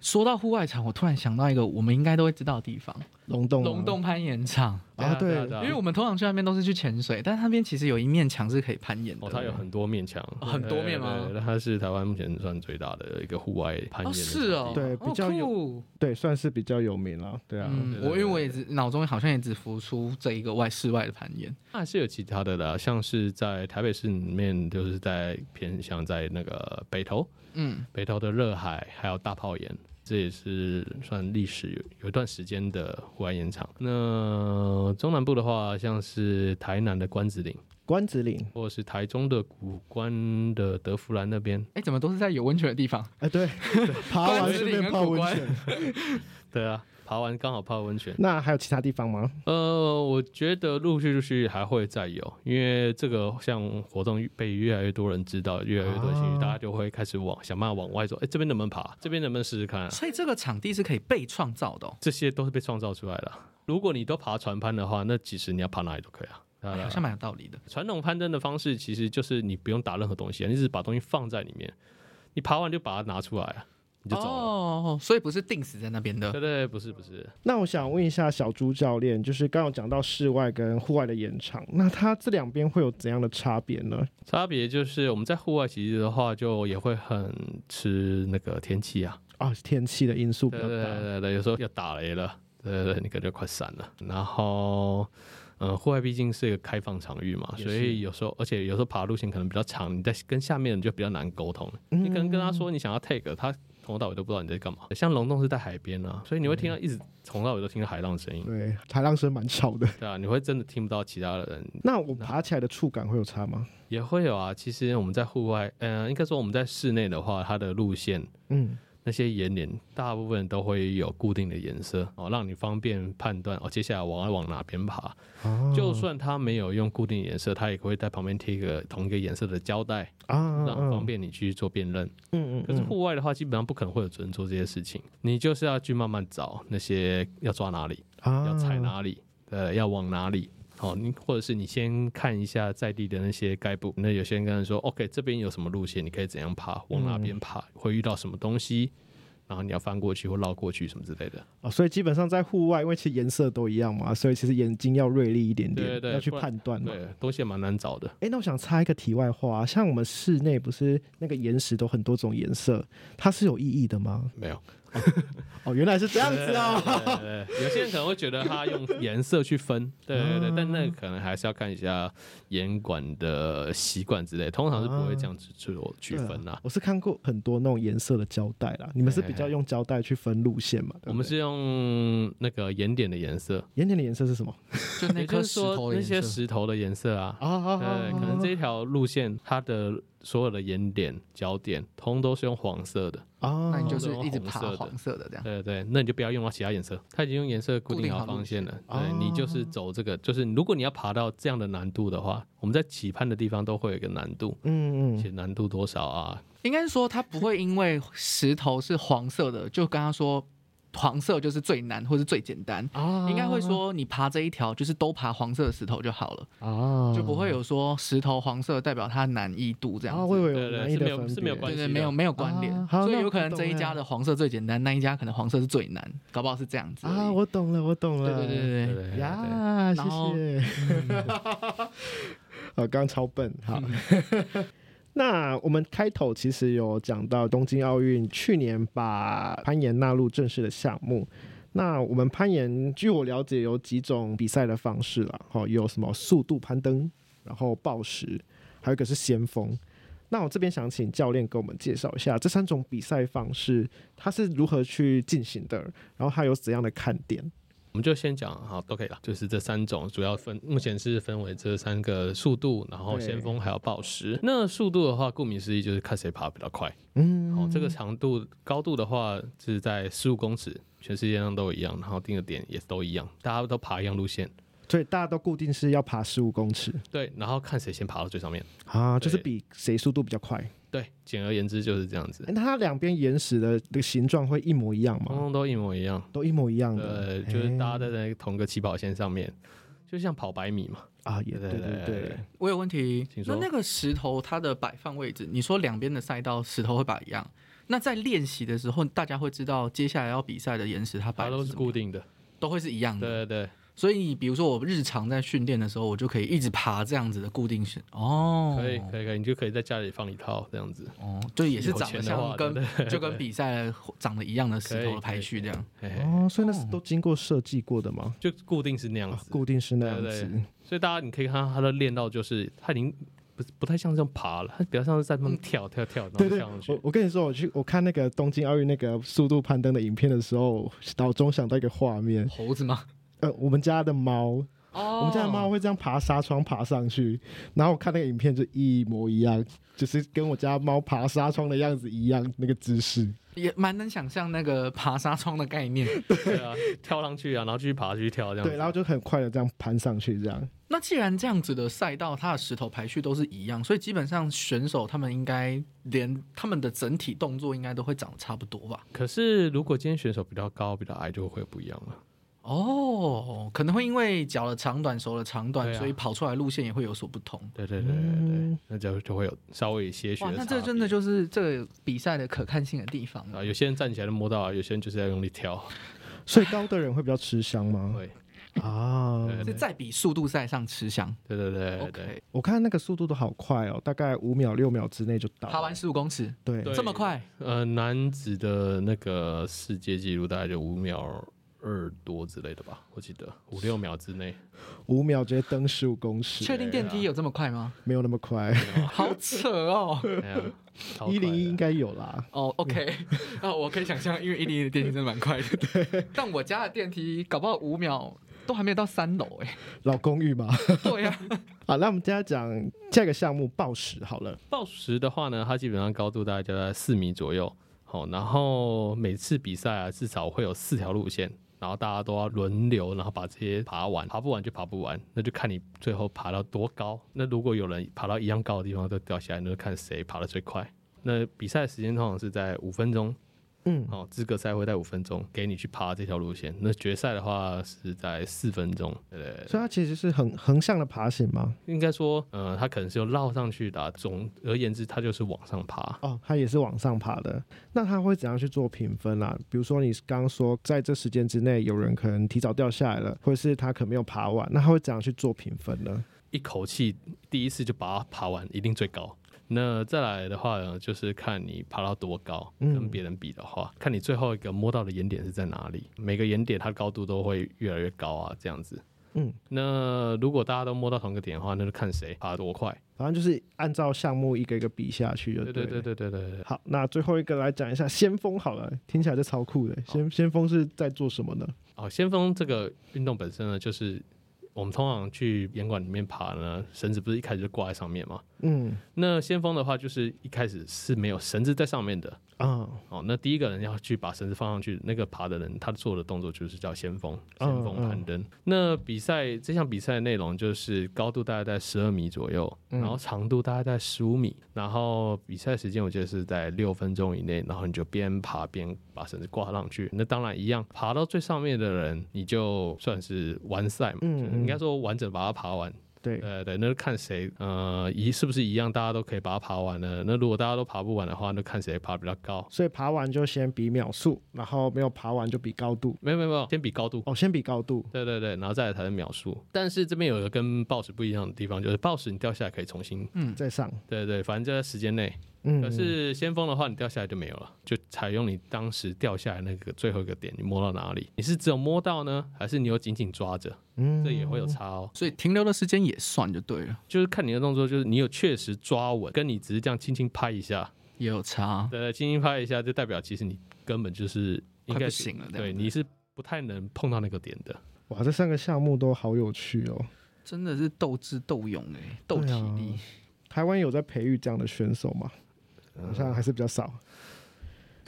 说到户外场，我突然想到一个我们应该都会知道的地方
龙
——
洞啊吗
龙洞攀岩场。
啊，对，
因为我们通常去那边都是去潜水，但是那边其实有一面墙是可以攀岩的。
哦，它有很多面墙，
哦很多面吗
对对对它是台湾目前算最大的一个户外攀
哦，
岩的
是哦
场，地
对比较有
哦酷
对，算是比较有名了，对啊，
嗯
对，对
我因
对
为我也只脑中好像也只浮出这一个外室外的攀岩，
那还是有其他的啦，像是在台北市里面，就是在偏向在那个北投，
嗯，
北投的热海，还有大炮岩，这也是算历史有有一段时间的户外岩场。那中南部的话，像是台南的关子岭，
关子岭，
或者是台中的古关的德福兰那边，
哎，怎么都是在有温泉的地方？
哎，对，爬完顺便泡温
关子
泉，
对啊，爬完刚好泡温泉。
那还有其他地方吗？
呃，我觉得陆续陆续还会再有，因为这个像活动被越来越多人知道，越来越多兴趣，
啊
大家就会开始往想办法往外走。哎，这边能不能爬？这边能不能试试看、啊？
所以这个场地是可以被创造的哦，
这些都是被创造出来的。啊如果你都爬船攀的话，那其实你要爬哪里都可以啊。当
哎
然
好像蛮有道理的。
传统攀登的方式其实就是你不用打任何东西啊，你只是把东西放在里面，你爬完就把它拿出来啊，你就走了。
哦，所以不是定死在那边的
对，对，不是不是，
那我想问一下小朱教练，就是刚刚有讲到室外跟户外的延长，那它这两边会有怎样的差别呢？
差别就是我们在户外其实的话，就也会很吃那个天气啊，
啊，天气的因素比
对
较
对
大。
对对，有时候要打雷了，对对对，你感觉快散了。然后，呃，户外毕竟是一个开放场域嘛，
也
所
是
以有时候，而且有时候爬的路线可能比较长，你在跟下面人就比较难沟通。你可能跟
嗯
他说你想要 take，他从头到尾都不知道你在干嘛。像龙洞是在海边啊，所以你会
嗯
听到一直从头到尾都听到海浪的声音，
对，海浪声蛮吵的。
对啊，你会真的听不到其他的人
那我爬起来的触感会有差吗？
也会有啊。其实我们在户外，嗯、应该说我们在室内的话，它的路线
嗯，
那些岩脸大部分都会有固定的颜色哦，让你方便判断哦，接下来往往哪边爬。
啊
就算它没有用固定颜色，它也会在旁边贴一个同一个颜色的胶带，
啊，
让方
嗯
便你去做辨认。
嗯嗯，
可是
嗯
户外的话，基本上不可能会有主人做这些事情，你就是要去慢慢找那些要抓哪里，
啊
要踩哪里，呃，要往哪里。哦，你或者是你先看一下在地的那些该部，那有些人跟他说，OK，这边有什么路线，你可以怎样爬，往哪边爬，会遇到什么东西，然后你要翻过去或绕过去什么之类的。
哦，所以基本上在户外，因为其实颜色都一样嘛，所以其实眼睛要锐利一点点，
对对对
要去
不然
判断嘛。
对，东西也蛮难找的。
哎，那我想插一个题外话、啊像我们室内不是那个岩石都很多种颜色，它是有意义的吗？
没有，
哦，原来是这样子哦。
*laughs* 对对对有些人可能会觉得他 *laughs* 用颜色去分，对对对，但那个可能还是要看一下严管的习惯之类，通常是不会这样子做区
对啊
分啦。
*laughs* 我是看过很多那种颜色的胶带啦，你们是比较用胶带去分路线嘛？对不对
我们是用那个岩点的颜色，
眼点的颜色是什么？
就那
也就
颗
是
石
说
头的
那些
颜色。
石头的颜色啊。
啊啊
对，可能这一条路线它的所有的岩点、角点，通都是用黄色的。
啊，
那你就
哦
是一直爬
红色的
黄色的这样，
对对，那你就不要用到其他颜色，它已经用颜色固定好方线了。
哦
对你就是走这个，就是如果你要爬到这样的难度的话，我们在起攀的地方都会有一个难度，
嗯嗯
且难度多少啊？
应该是说它不会因为石头是黄色的，就跟他说黄色就是最难或是最简单，
啊
应该会说你爬这一条就是都爬黄色的石头就好了，
啊，
就不
嗯
会有说石头黄色代表它难易度这样
啊，
子。
我以为
对
有
对
难易
是
的
没有
分
是没有
别
对
关系
对，
的
没有没有关联
啊，好
所以
那
有可能
我懂
这一家
了
的黄色最简单，那一家可能黄色是最难，搞不好是这样子而已
啊，我懂了，我懂
对
了，
对对
对
对
对
对，
对对
哎呀，谢
然后
谢。
*laughs*
呃，刚刚超笨，好。
嗯
*laughs* 那我们开头其实有讲到东京奥运去年把攀岩纳入正式的项目，那我们攀岩，据我了解有几种比赛的方式啦，好、有什么速度攀登，然后暴食，还有一个是先锋。那我这边想请教练给我们介绍一下这三种比赛方式，它是如何去进行的，然后它有怎样的看点？
我们就先讲好都可以了，就是这三种主要分，目前是分为这三个速度，然后
对
先锋还有暴食。那速度的话，顾名思义就是看谁爬比较快。
嗯
好、这个长度高度的话是在十五公尺，全世界上都一样，然后定的点也都一样，大家都爬一样路线。
所以大家都固定是要爬十五公尺
对，然后看谁先爬到最上面。
啊，
对
就是比谁速度比较快。
对，简而言之就是这样子
诶，那它两边岩石的这个形状会一模一样
通
吗？
通都一模一样。
都一模一样的，
呃，就是大家
诶
在那个同个起跑线上面，就像跑百米嘛。
啊，也
对
对
对
对
对
对，
我有问题
请，
那
说
那个石头它的摆放位置，你说两边的赛道石头会摆一样，那在练习的时候，大家会知道接下来要比赛的岩石它
它
摆的
都
是
是
什么
固定的。
都会是一样的。
对对对。
所以比如说我日常在训练的时候，我就可以一直爬这样子的固定式。哦，
可以可以可以，你就可以在家里放一套这样子。
哦，就也是
有
长得
钱的
像
话
跟
对
就跟比赛长得一样的石
可以
头的排
可以
序这样。
嘿嘿，
哦，所以那是都经过设计过的吗？
就固定是那样
哦
啊，
子。
固定是那样
对
子，
所以大家你可以看到他的练到，就是他已经不是不太像这样爬了，他比较像是在那边跳跳跳，然后
对对
跳上去
哦
我。我跟你说，我去我看那个东京奥运那个速度攀登的影片的时候，脑中想到一个画面，
猴子吗？
呃，我们家的猫，
哦
我们家的猫会这样爬纱窗爬上去，然后我看那个影片就一模一样，就是跟我家猫爬纱窗的样子一样，那个姿势。
也蛮能想象那个爬纱窗的概念。
对啊，跳上去啊，然后继续爬，继续跳这样子。
对，然后就很快的这样攀上去，这
*laughs*
样。
*laughs* 那既然这样子的赛道，它的石头排序都是一样，所以基本上选手他们应该连他们的整体动作应该都会长得差不多吧？
可是如果今天选手比较高、比较矮，就会不一样了。
哦，可能会因为脚的长短、手的长短，
对啊
所以跑出来路线也会有所不同。
对对对对对，那就就会有稍微些
嗯
许
哇
的，
那
差
这
别
真的就是这个比赛的可看性的地方
啊，有些人站起来就摸到啊，有些人就是要用力跳。
所以高的人会比较吃香
哦
吗？
对
啊，
对
是在比速度赛上吃香。
对对对对，
OK，
我看那个速度都好快哦，大概五秒六秒之内就到了。
爬完十五公尺
对，
对
这么快，
呃，男子的那个世界纪录大概就五秒二多之类的吧，我记得五六秒之内。
五秒直接登十五公尺，
确定电梯有这么快吗？
没有那么快。
*laughs* 好扯 *laughs* 哦。
哎呀超快
一
的
零一应该有啦。
哦、o k 那我可以想象，因为一零一的电梯真的蛮快 *laughs* 的。但我家的电梯搞不好五秒都还没有到三楼 *laughs* 哎、
老公寓嘛。
对啊呀、
好，那我们接下来讲下一个项目暴食好了。
报时的话呢，它基本上高度大概就在四米左右。好，然后每次比赛啊，至少会有四条路线，然后大家都要轮流，然后把这些爬完，爬不完就爬不完，那就看你最后爬到多高。那如果有人爬到一样高的地方都掉下来，那就看谁爬得最快。那比赛时间通常是在五分钟，
嗯，
哦，资格赛会在五分钟给你去爬这条路线。那决赛的话是在四分钟，对对对
所以它其实是横横向的爬行嘛。
应该说，呃，它可能是有绕上去的啊、总而言之，它就是往上爬。
哦，它也是往上爬的。那它会怎样去做评分啦、比如说你刚刚说在这时间之内有人可能提早掉下来了，或者是他可能没有爬完，那他会怎样去做评分呢？
一口气第一次就把它爬完，一定最高。那再来的话呢，就是看你爬到多高，
嗯
跟别人比的话，看你最后一个摸到的岩点是在哪里。每个岩点它高度都会越来越高啊，这样子。
嗯，
那如果大家都摸到同一个点的话，那就看谁爬得多快。
反正就是按照项目一个一个比下去就
对
对
对
了
对对对对对。
好，那最后一个来讲一下先锋好了，听起来就超酷的。先先锋是在做什么呢？
哦，先锋这个运动本身呢，就是我们通常去岩馆里面爬呢，绳子不是一开始就挂在上面吗？
嗯
那先锋的话，就是一开始是没有绳子在上面的，
啊，
哦，那第一个人要去把绳子放上去，那个爬的人他做的动作就是叫先锋，先
嗯
锋攀登。那比赛这项比赛的内容就是高度大概在十二米左右，
嗯
然后长度大概在十五米，然后比赛时间我记得是在六分钟以内，然后你就边爬边把绳子挂上去。那当然一样，爬到最上面的人你就算是完赛嘛，
嗯
就是应该说完整把它爬完。
对，
呃，对，那就看谁呃一是不是一样，大家都可以把它爬完了。那如果大家都爬不完的话，那看谁爬比较高。
所以爬完就先比秒数，然后没有爬完就比高度。
没有没有没有，先比高度。
哦，先比高度。
对对对，然后再来才是秒数。但是这边有一个
嗯
嗯跟暴食不一样的地方，就是暴食你掉下来可以重新，
再上
对对，反正就在时间内。
嗯，
可是先锋的话，你掉下来就没有了，就采用你当时掉下来那个最后一个点，你摸到哪里？你是只有摸到呢，还是你有紧紧抓着？
嗯
这也会有差哦。
所以停留的时间也算就对了，
就是看你的动作，就是你有确实抓稳，跟你只是这样轻轻拍一下，
也有差。
对，轻轻拍一下，就代表其实你根本就是应
快
该
不
是
行了这样
对，
子
你是不太能碰到那个点的。
哇，这三个项目都好有趣哦。
真的是斗智斗勇哎、斗体力。
台湾有在培育这样的选手吗？
呃
好像还是比较少，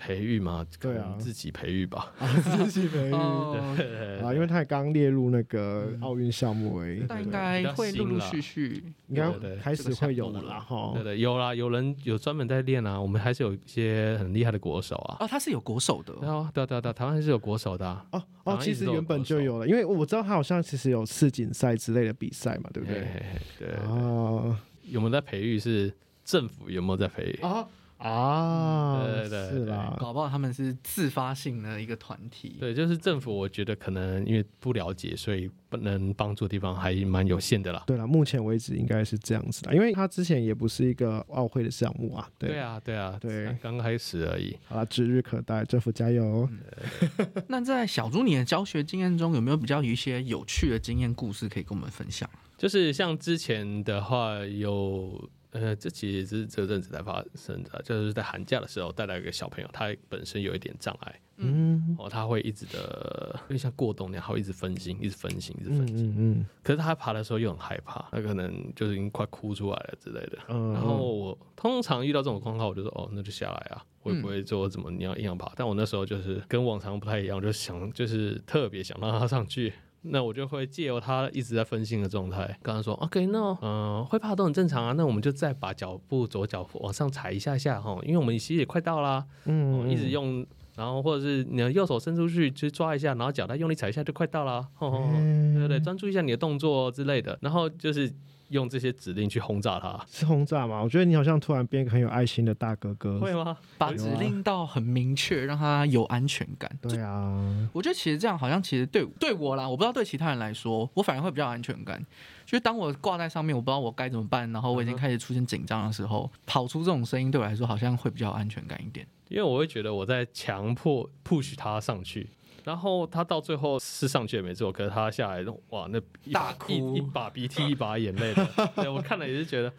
培育嘛，
对啊
可能 *laughs* 自己培育吧。
自己培育 *laughs* 啊，
哦，
因为他也刚列入那
嗯
个奥运项目而已，
但
对
应该会陆陆续续
应该
对对
开始会有的啦
这
哈
对。的，有啦，有人有专门在练啊。我们还是有一些很厉害的国手啊。
哦，他是有国手的
对啊，对啊，对啊，对啊台湾还是有国手的啊、
哦哦，
好像
其
一直
实
都有
原本
国
就
手
有了，因为我知道他好像其实有世锦赛之类的比赛嘛，对不对？
嘿嘿对，
哦
有没有在培育？是政府有没有在培育？
哦
啊啊，
嗯对对对
是啦，
搞不好他们是自发性的一个团体。
对，就是政府，我觉得可能因为不了解，所以不能帮助的地方还蛮有限的啦。
对啦，目前为止应该是这样子啦，因为他之前也不是一个奥会的项目啊。
对，啊，对啊，
对
才刚开始而已。
好啦，指日可待，政府加油。哦
嗯
那在小猪你的教学经验中，有没有比较有一些有趣的经验故事可以跟我们分享？
就是像之前的话有。呃，这其实是这阵子才发生的，就是在寒假的时候带来一个小朋友，他本身有一点障碍，
嗯
哦，他会一直的，因为像过动那样，他会一直分心，一直分心，一直分
嗯
心。
嗯
可是他爬的时候又很害怕，他可能就是已经快哭出来了之类的。
嗯，
然后我通常遇到这种状况，我就说哦，那就下来啊，我也
嗯
不会说怎么你要硬要爬。但我那时候就是跟往常不太一样，我就想就是特别想让他上去。那我就会借由他一直在分心的状态，跟他说：“OK，那嗯、呃会怕都很正常啊。那我们就再把脚步左脚往上踩一下下哈，因为我们其实也快到啦，哦
嗯，
一直用，然后或者是你的右手伸出去去抓一下，然后脚再用力踩一下就快到啦。吼吼吼
嗯
对对对，专注一下你的动作之类的，然后就是用这些指令去轰炸它，
是轰炸吗？我觉得你好像突然变一个很有爱心的大哥哥。
*laughs* 会啊吗？
哎
把指令到很明确，让他有安全感。
对啊，
我觉得其实这样好像其实对对我啦，我不知道对其他人来说，我反而会比较有安全感。就是当我挂在上面，我不知道我该怎么办，然后
嗯
我已经开始出现紧张的时候，跑出这种声音对我来说好像会比较有安全感一点。
因为我会觉得我在强迫 push 它上去。然后他到最后是上去也没错，可是他下来，哇，那一
大
把
哭
一，一把鼻涕一把眼泪 *laughs* 的。对我看了也是觉得，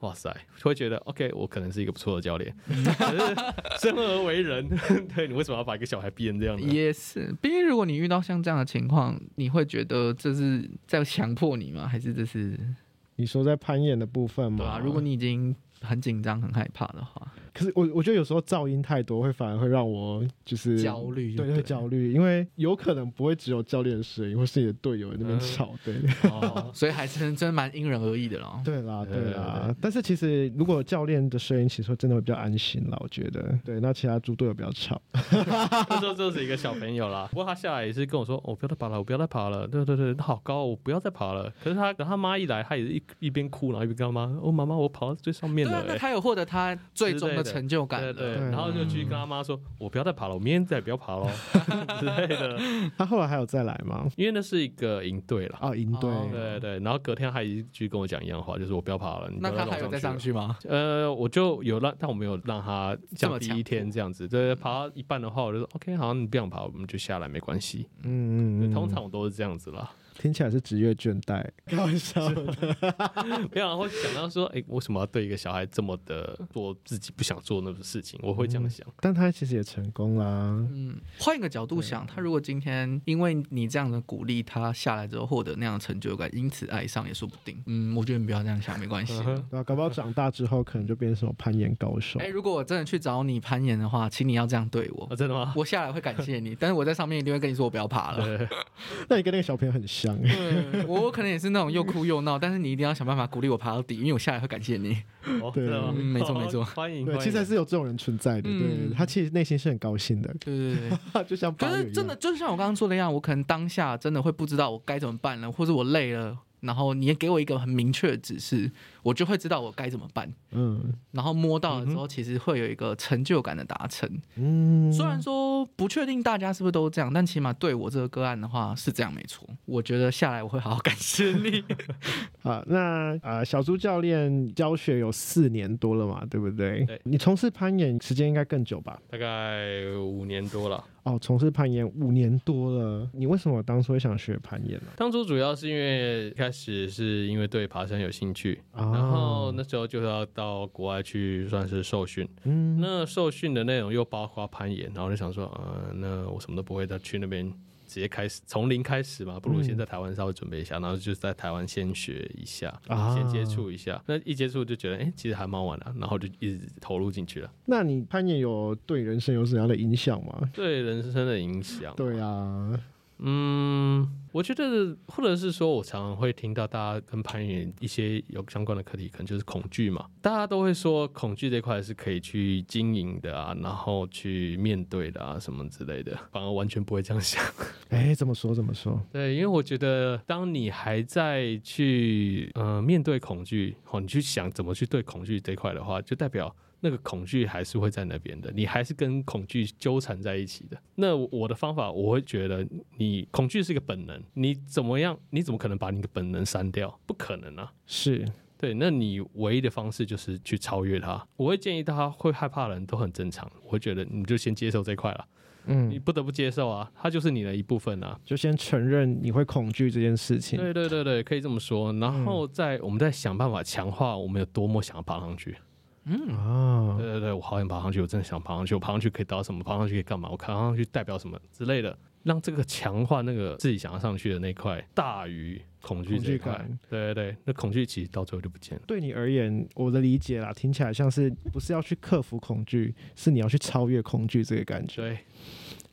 哇塞，会觉得 OK，我可能是一个不错的教练。可是 *laughs* 生而为人， *laughs* 对你为什么要把一个小孩逼成这样呢？
也是，毕竟如果你遇到像这样的情况，你会觉得这是在强迫你吗？还是这是
你说在攀岩的部分
对
嘛？
啊？如果你已经很紧张、很害怕的话，
可是我我觉得有时候噪音太多，会反而会让我就是
焦虑就
对，
对
会焦虑，因为有可能不会只有教练的声音，或是你的队友在那边
嗯
吵，对。
哦
所以还是真蛮因人而异的啦。
对啦，
对
对
对
啦，但是其实如果教练的声音，其实真的会比较安心啦，我觉得。对，那其他猪队友比较吵。
那时候就是一个小朋友啦，不过他下来也是跟我说：“哦我、不要再爬了，我不要再爬了。”对对对，他好高哦，我不要再爬了。可是他等他妈一来，他也是一一边哭，然后一边跟他妈：“哦，妈妈，我爬到最上面
对啊
了、，
那
欸。
他有获得他最终的
之类的
成就”感
对
了。
对，嗯
对啊
然后就去跟他妈说：“我不要再爬了，我明天再也不要爬了 *laughs* 之类的。
他后来还有再来吗”？
因为那是一个营队啦，
哦，赢队。
哦
对对。然后隔天他一句跟我讲一样话，就是我不要爬了，你不
那
要
他
再
还有
往
再
上
上
了。
去吗？
呃，我就有让，但我没有让他
这么
像第
强
一天这样子。对，爬到一半的话，我就说 OK，好，你不想爬，我们就下来，没关系。
嗯
对
嗯嗯，嗯
通常我都是这样子啦，
听起来是职业倦怠，开玩笑的。
*laughs* 没有啦会想到说，哎、为什么要对一个小孩这么的做自己不想做那种事情？我会这样想。
但他其实也成功啦。
嗯，换一个角度想，他如果今天因为你这样的鼓励，他下来之后获得那样的成就感，因此爱上也说不定。嗯，我觉得你不要这样想，没关系
嗯。哼
对啊，搞不好长大之后可能就变成什么攀岩高手
哎、。如果我真的去找你攀岩的话，请你要这样对
*laughs*
我
啊，，真
*laughs*
的吗？
我下来会感谢你，但是我在上面一定会跟你说我不要爬了。
对，
那你跟那个小朋友很像。欸
对，我我可能也是那种又哭又闹，但是你一定要想办法鼓励我爬到底，因为我下来会感谢
*laughs*
你。
哦
对
真的吗
嗯没错
*laughs*
没错
好欢迎，
对，
欢
其实还
迎。
是有这种人存在的。对
嗯
他其实内心是很高兴的， *laughs*
对对对对。
就像
可
八月一
是
样
真的，就像我刚刚说的一样，我可能当下真的会不知道我该怎么办了，或者我累了，然后你也给我一个很明确的指示，我就会知道我该怎么办。
嗯
然后摸到了之后，其实会有一个成就感的达成。
嗯，
虽然说不确定大家是不是都这样，但起码对我这个个案的话是这样没错。我觉得下来我会好好感谢你。 *laughs*
啊，那啊、呃小猪教练教学有四年多了嘛，对不对？
对
你从事攀岩时间应该更久吧？
大概五年多了。
哦，从事攀岩五年多了，你为什么当初会想学攀岩呢、
当初主要是因为一开始是因为对爬山有兴趣，
啊？
然后那时候就要到国外去算是受训。
嗯，
那受训的内容又包括攀岩，然后就想说，呃，那我什么都不会，那去那边直接开始从零开始嘛，不如先在台湾稍微准备一下，然后就在台湾先学一下，
啊
先接触一下。那一接触就觉得，哎、其实还蛮好玩的、然后就一直投入进去了，
那你攀岩有对人生有什么样的影响吗？
对人生的影
哦
响。
对啊，
嗯，我觉得，或者是说，我常常会听到大家跟攀岩一些有相关的课题，可能就是恐惧嘛。大家都会说，恐惧这块是可以去经营的啊，然后去面对的啊，什么之类的。反而完全不会这样想。
哎，怎么说怎么说？
对，因为我觉得，当你还在去呃面对恐惧，哦，你去想怎么去对恐惧这块的话，就代表那个恐惧还是会在那边的，你还是跟恐惧纠缠在一起的。那我的方法，我会觉得你恐惧是一个本能，你怎么样，你怎么可能把你的本能删掉？不可能啊！
是
对，那你唯一的方式就是去超越它。我会建议大家会害怕的人都很正常，我会觉得你就先接受这块了，你
嗯，
不得不接受啊，它就是你的一部分啊。
就先承认你会恐惧这件事情。
对对对对，可以这么说。然后再、我们再想办法强化我们有多么想要爬上去。
嗯，
啊
对，对对，我好想爬上去，我真的想爬上去。我爬上去可以得到什么？爬上去可以干嘛？我爬上去代表什么之类的？让这个强化那个自己想要上去的那块大于恐惧
恐
这一
惧
块。
感
对对对，那恐惧其实到最后就不见了。
对你而言，我的理解啦，听起来像是不是要去克服恐惧，是你要去超越恐惧这个感觉。
对，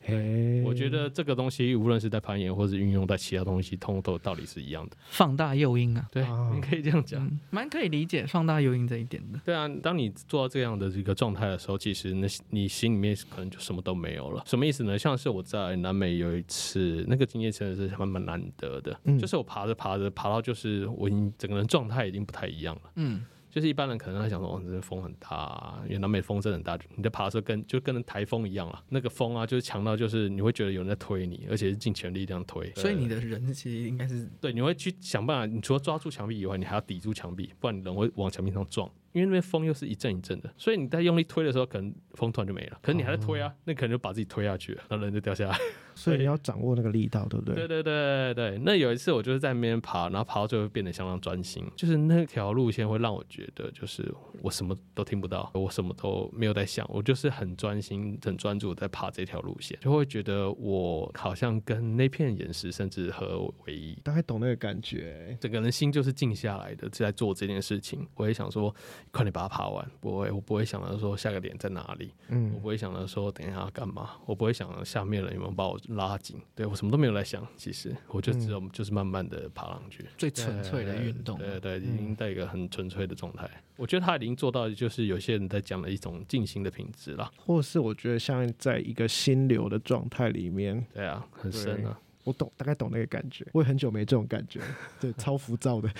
哎，
我觉得这个东西无论是在攀岩，或是运用在其他东西，通通都有道理是一样的。
放大诱因啊，
对，
哦
你可以这样讲。
嗯，蛮可以理解放大诱因这一点的。
对啊，当你做到这样的一个状态的时候，其实那你心里面可能就什么都没有了。什么意思呢？像是我在南美有一次，那个经验真的是蛮蛮难得的，
嗯
就是我爬着爬着爬到，就是我已经整个人状态已经不太一样了。
嗯，
就是一般人可能会想说，哦，这风很大、啊，因为南美风真的很大，你在爬的时候跟就跟台风一样了。那个风啊，就是强到就是你会觉得有人在推你，而且是尽全力这样推。
所以
对
你的人其实应该是
对，你会去想办法，你除了抓住墙壁以外，你还要抵住墙壁，不然你人会往墙壁上撞。因为那边风又是一阵一阵的，所以你在用力推的时候，可能风突然就没了。可是你还在推啊，那可能就把自己推下去了，然后人就掉下来。
所以你要掌握那个力道，对不对？
对对对对对。那有一次我就是在那边爬，然后爬到最后变得相当专心，就是那条路线会让我觉得，就是我什么都听不到，我什么都没有在想，我就是很专心、很专注地在爬这条路线，就会觉得我好像跟那片岩石甚至合为一
大概懂那个感觉。欸
整个人心就是静下来的，在做这件事情。我也想说，快点把它爬完。不会，我不会想到说下个点在哪里，我
嗯，
不会想到说等一下要干嘛，我不会想到下面人有没有把我拉紧。对我什么都没有在想，其实我就只有就是慢慢的爬上去。
最嗯纯粹的运动。啊嗯
对对，对已经在一个很纯粹的状态。我觉得他已经做到，就是有些人在讲的一种静心的品质啦。
或是我觉得像在一个心流的状态里面，
对啊，很深啊。
我懂，大概懂那个感觉。我也很久没这种感
*laughs*
觉，对，超浮躁的。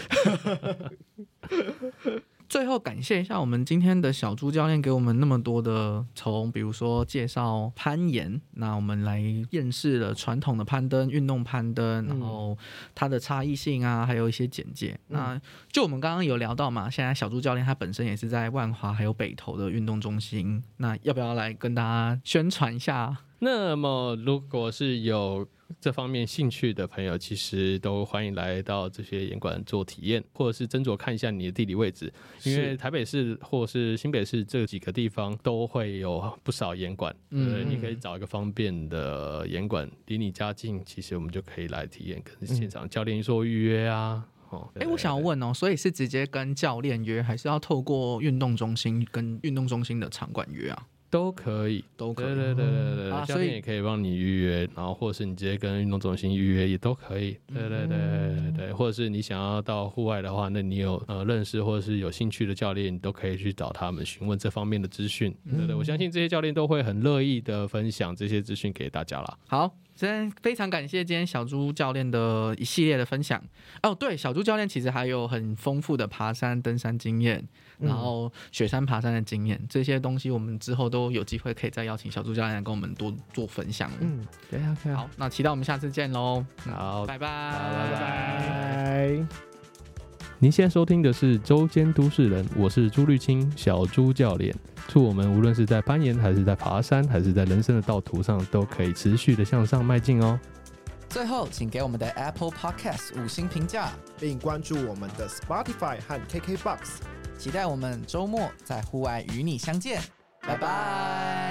最后感谢一下我们今天的小猪教练给我们那么多的从，比如说介绍攀岩，那我们来验视了传统的攀登、运动攀登，然后它的差异性啊，还有一些简介。
嗯
那就我们刚刚有聊到嘛，现在小猪教练他本身也是在万华还有北投的运动中心，那要不要来跟大家宣传一下？
那么，如果是有这方面兴趣的朋友，其实都欢迎来到这些岩馆做体验，或者是斟酌看一下你的地理位置，因为
是
台北市或是新北市这几个地方都会有不少岩馆，
嗯
对，你可以找一个方便的岩馆，离你家近，其实我们就可以来体验，跟现场教练做预约啊。哦，
嗯哎、我想要
对
问哦，所以是直接跟教练约，还是要透过运动中心跟运动中心的场馆约啊？
都可以，
都可以。
对对对对对
啊
对，教
所以
练也可以帮你预约，然后或者是你直接跟运动中心预约也都可以。对对对对对，或者是你想要到户外的话，那你有呃认识或者是有兴趣的教练，你都可以去找他们询问这方面的资讯。对对，我相信这些教练都会很乐意的分享这些资讯给大家啦。
好，今天非常感谢今天小猪教练的一系列的分享。哦，对，小猪教练其实还有很丰富的爬山、登山经验，
嗯
然后雪山爬山的经验，这些东西我们之后都有机会可以再邀请小猪教练来跟我们多做分享。
嗯，对啊，对啊，
好，那期待我们下次见喽，
好，
拜拜，
拜拜
拜。
您现在收听的是《周间都市人》，我是朱绿青，小猪教练。祝我们无论是在攀岩，还是在爬山，还是在人生的道途上，都可以持续的向上迈进哦。
最后，请给我们的 Apple Podcast 五星评价，
并关注我们的 Spotify 和 KKBox。
期待我们周末在户外与你相见，拜拜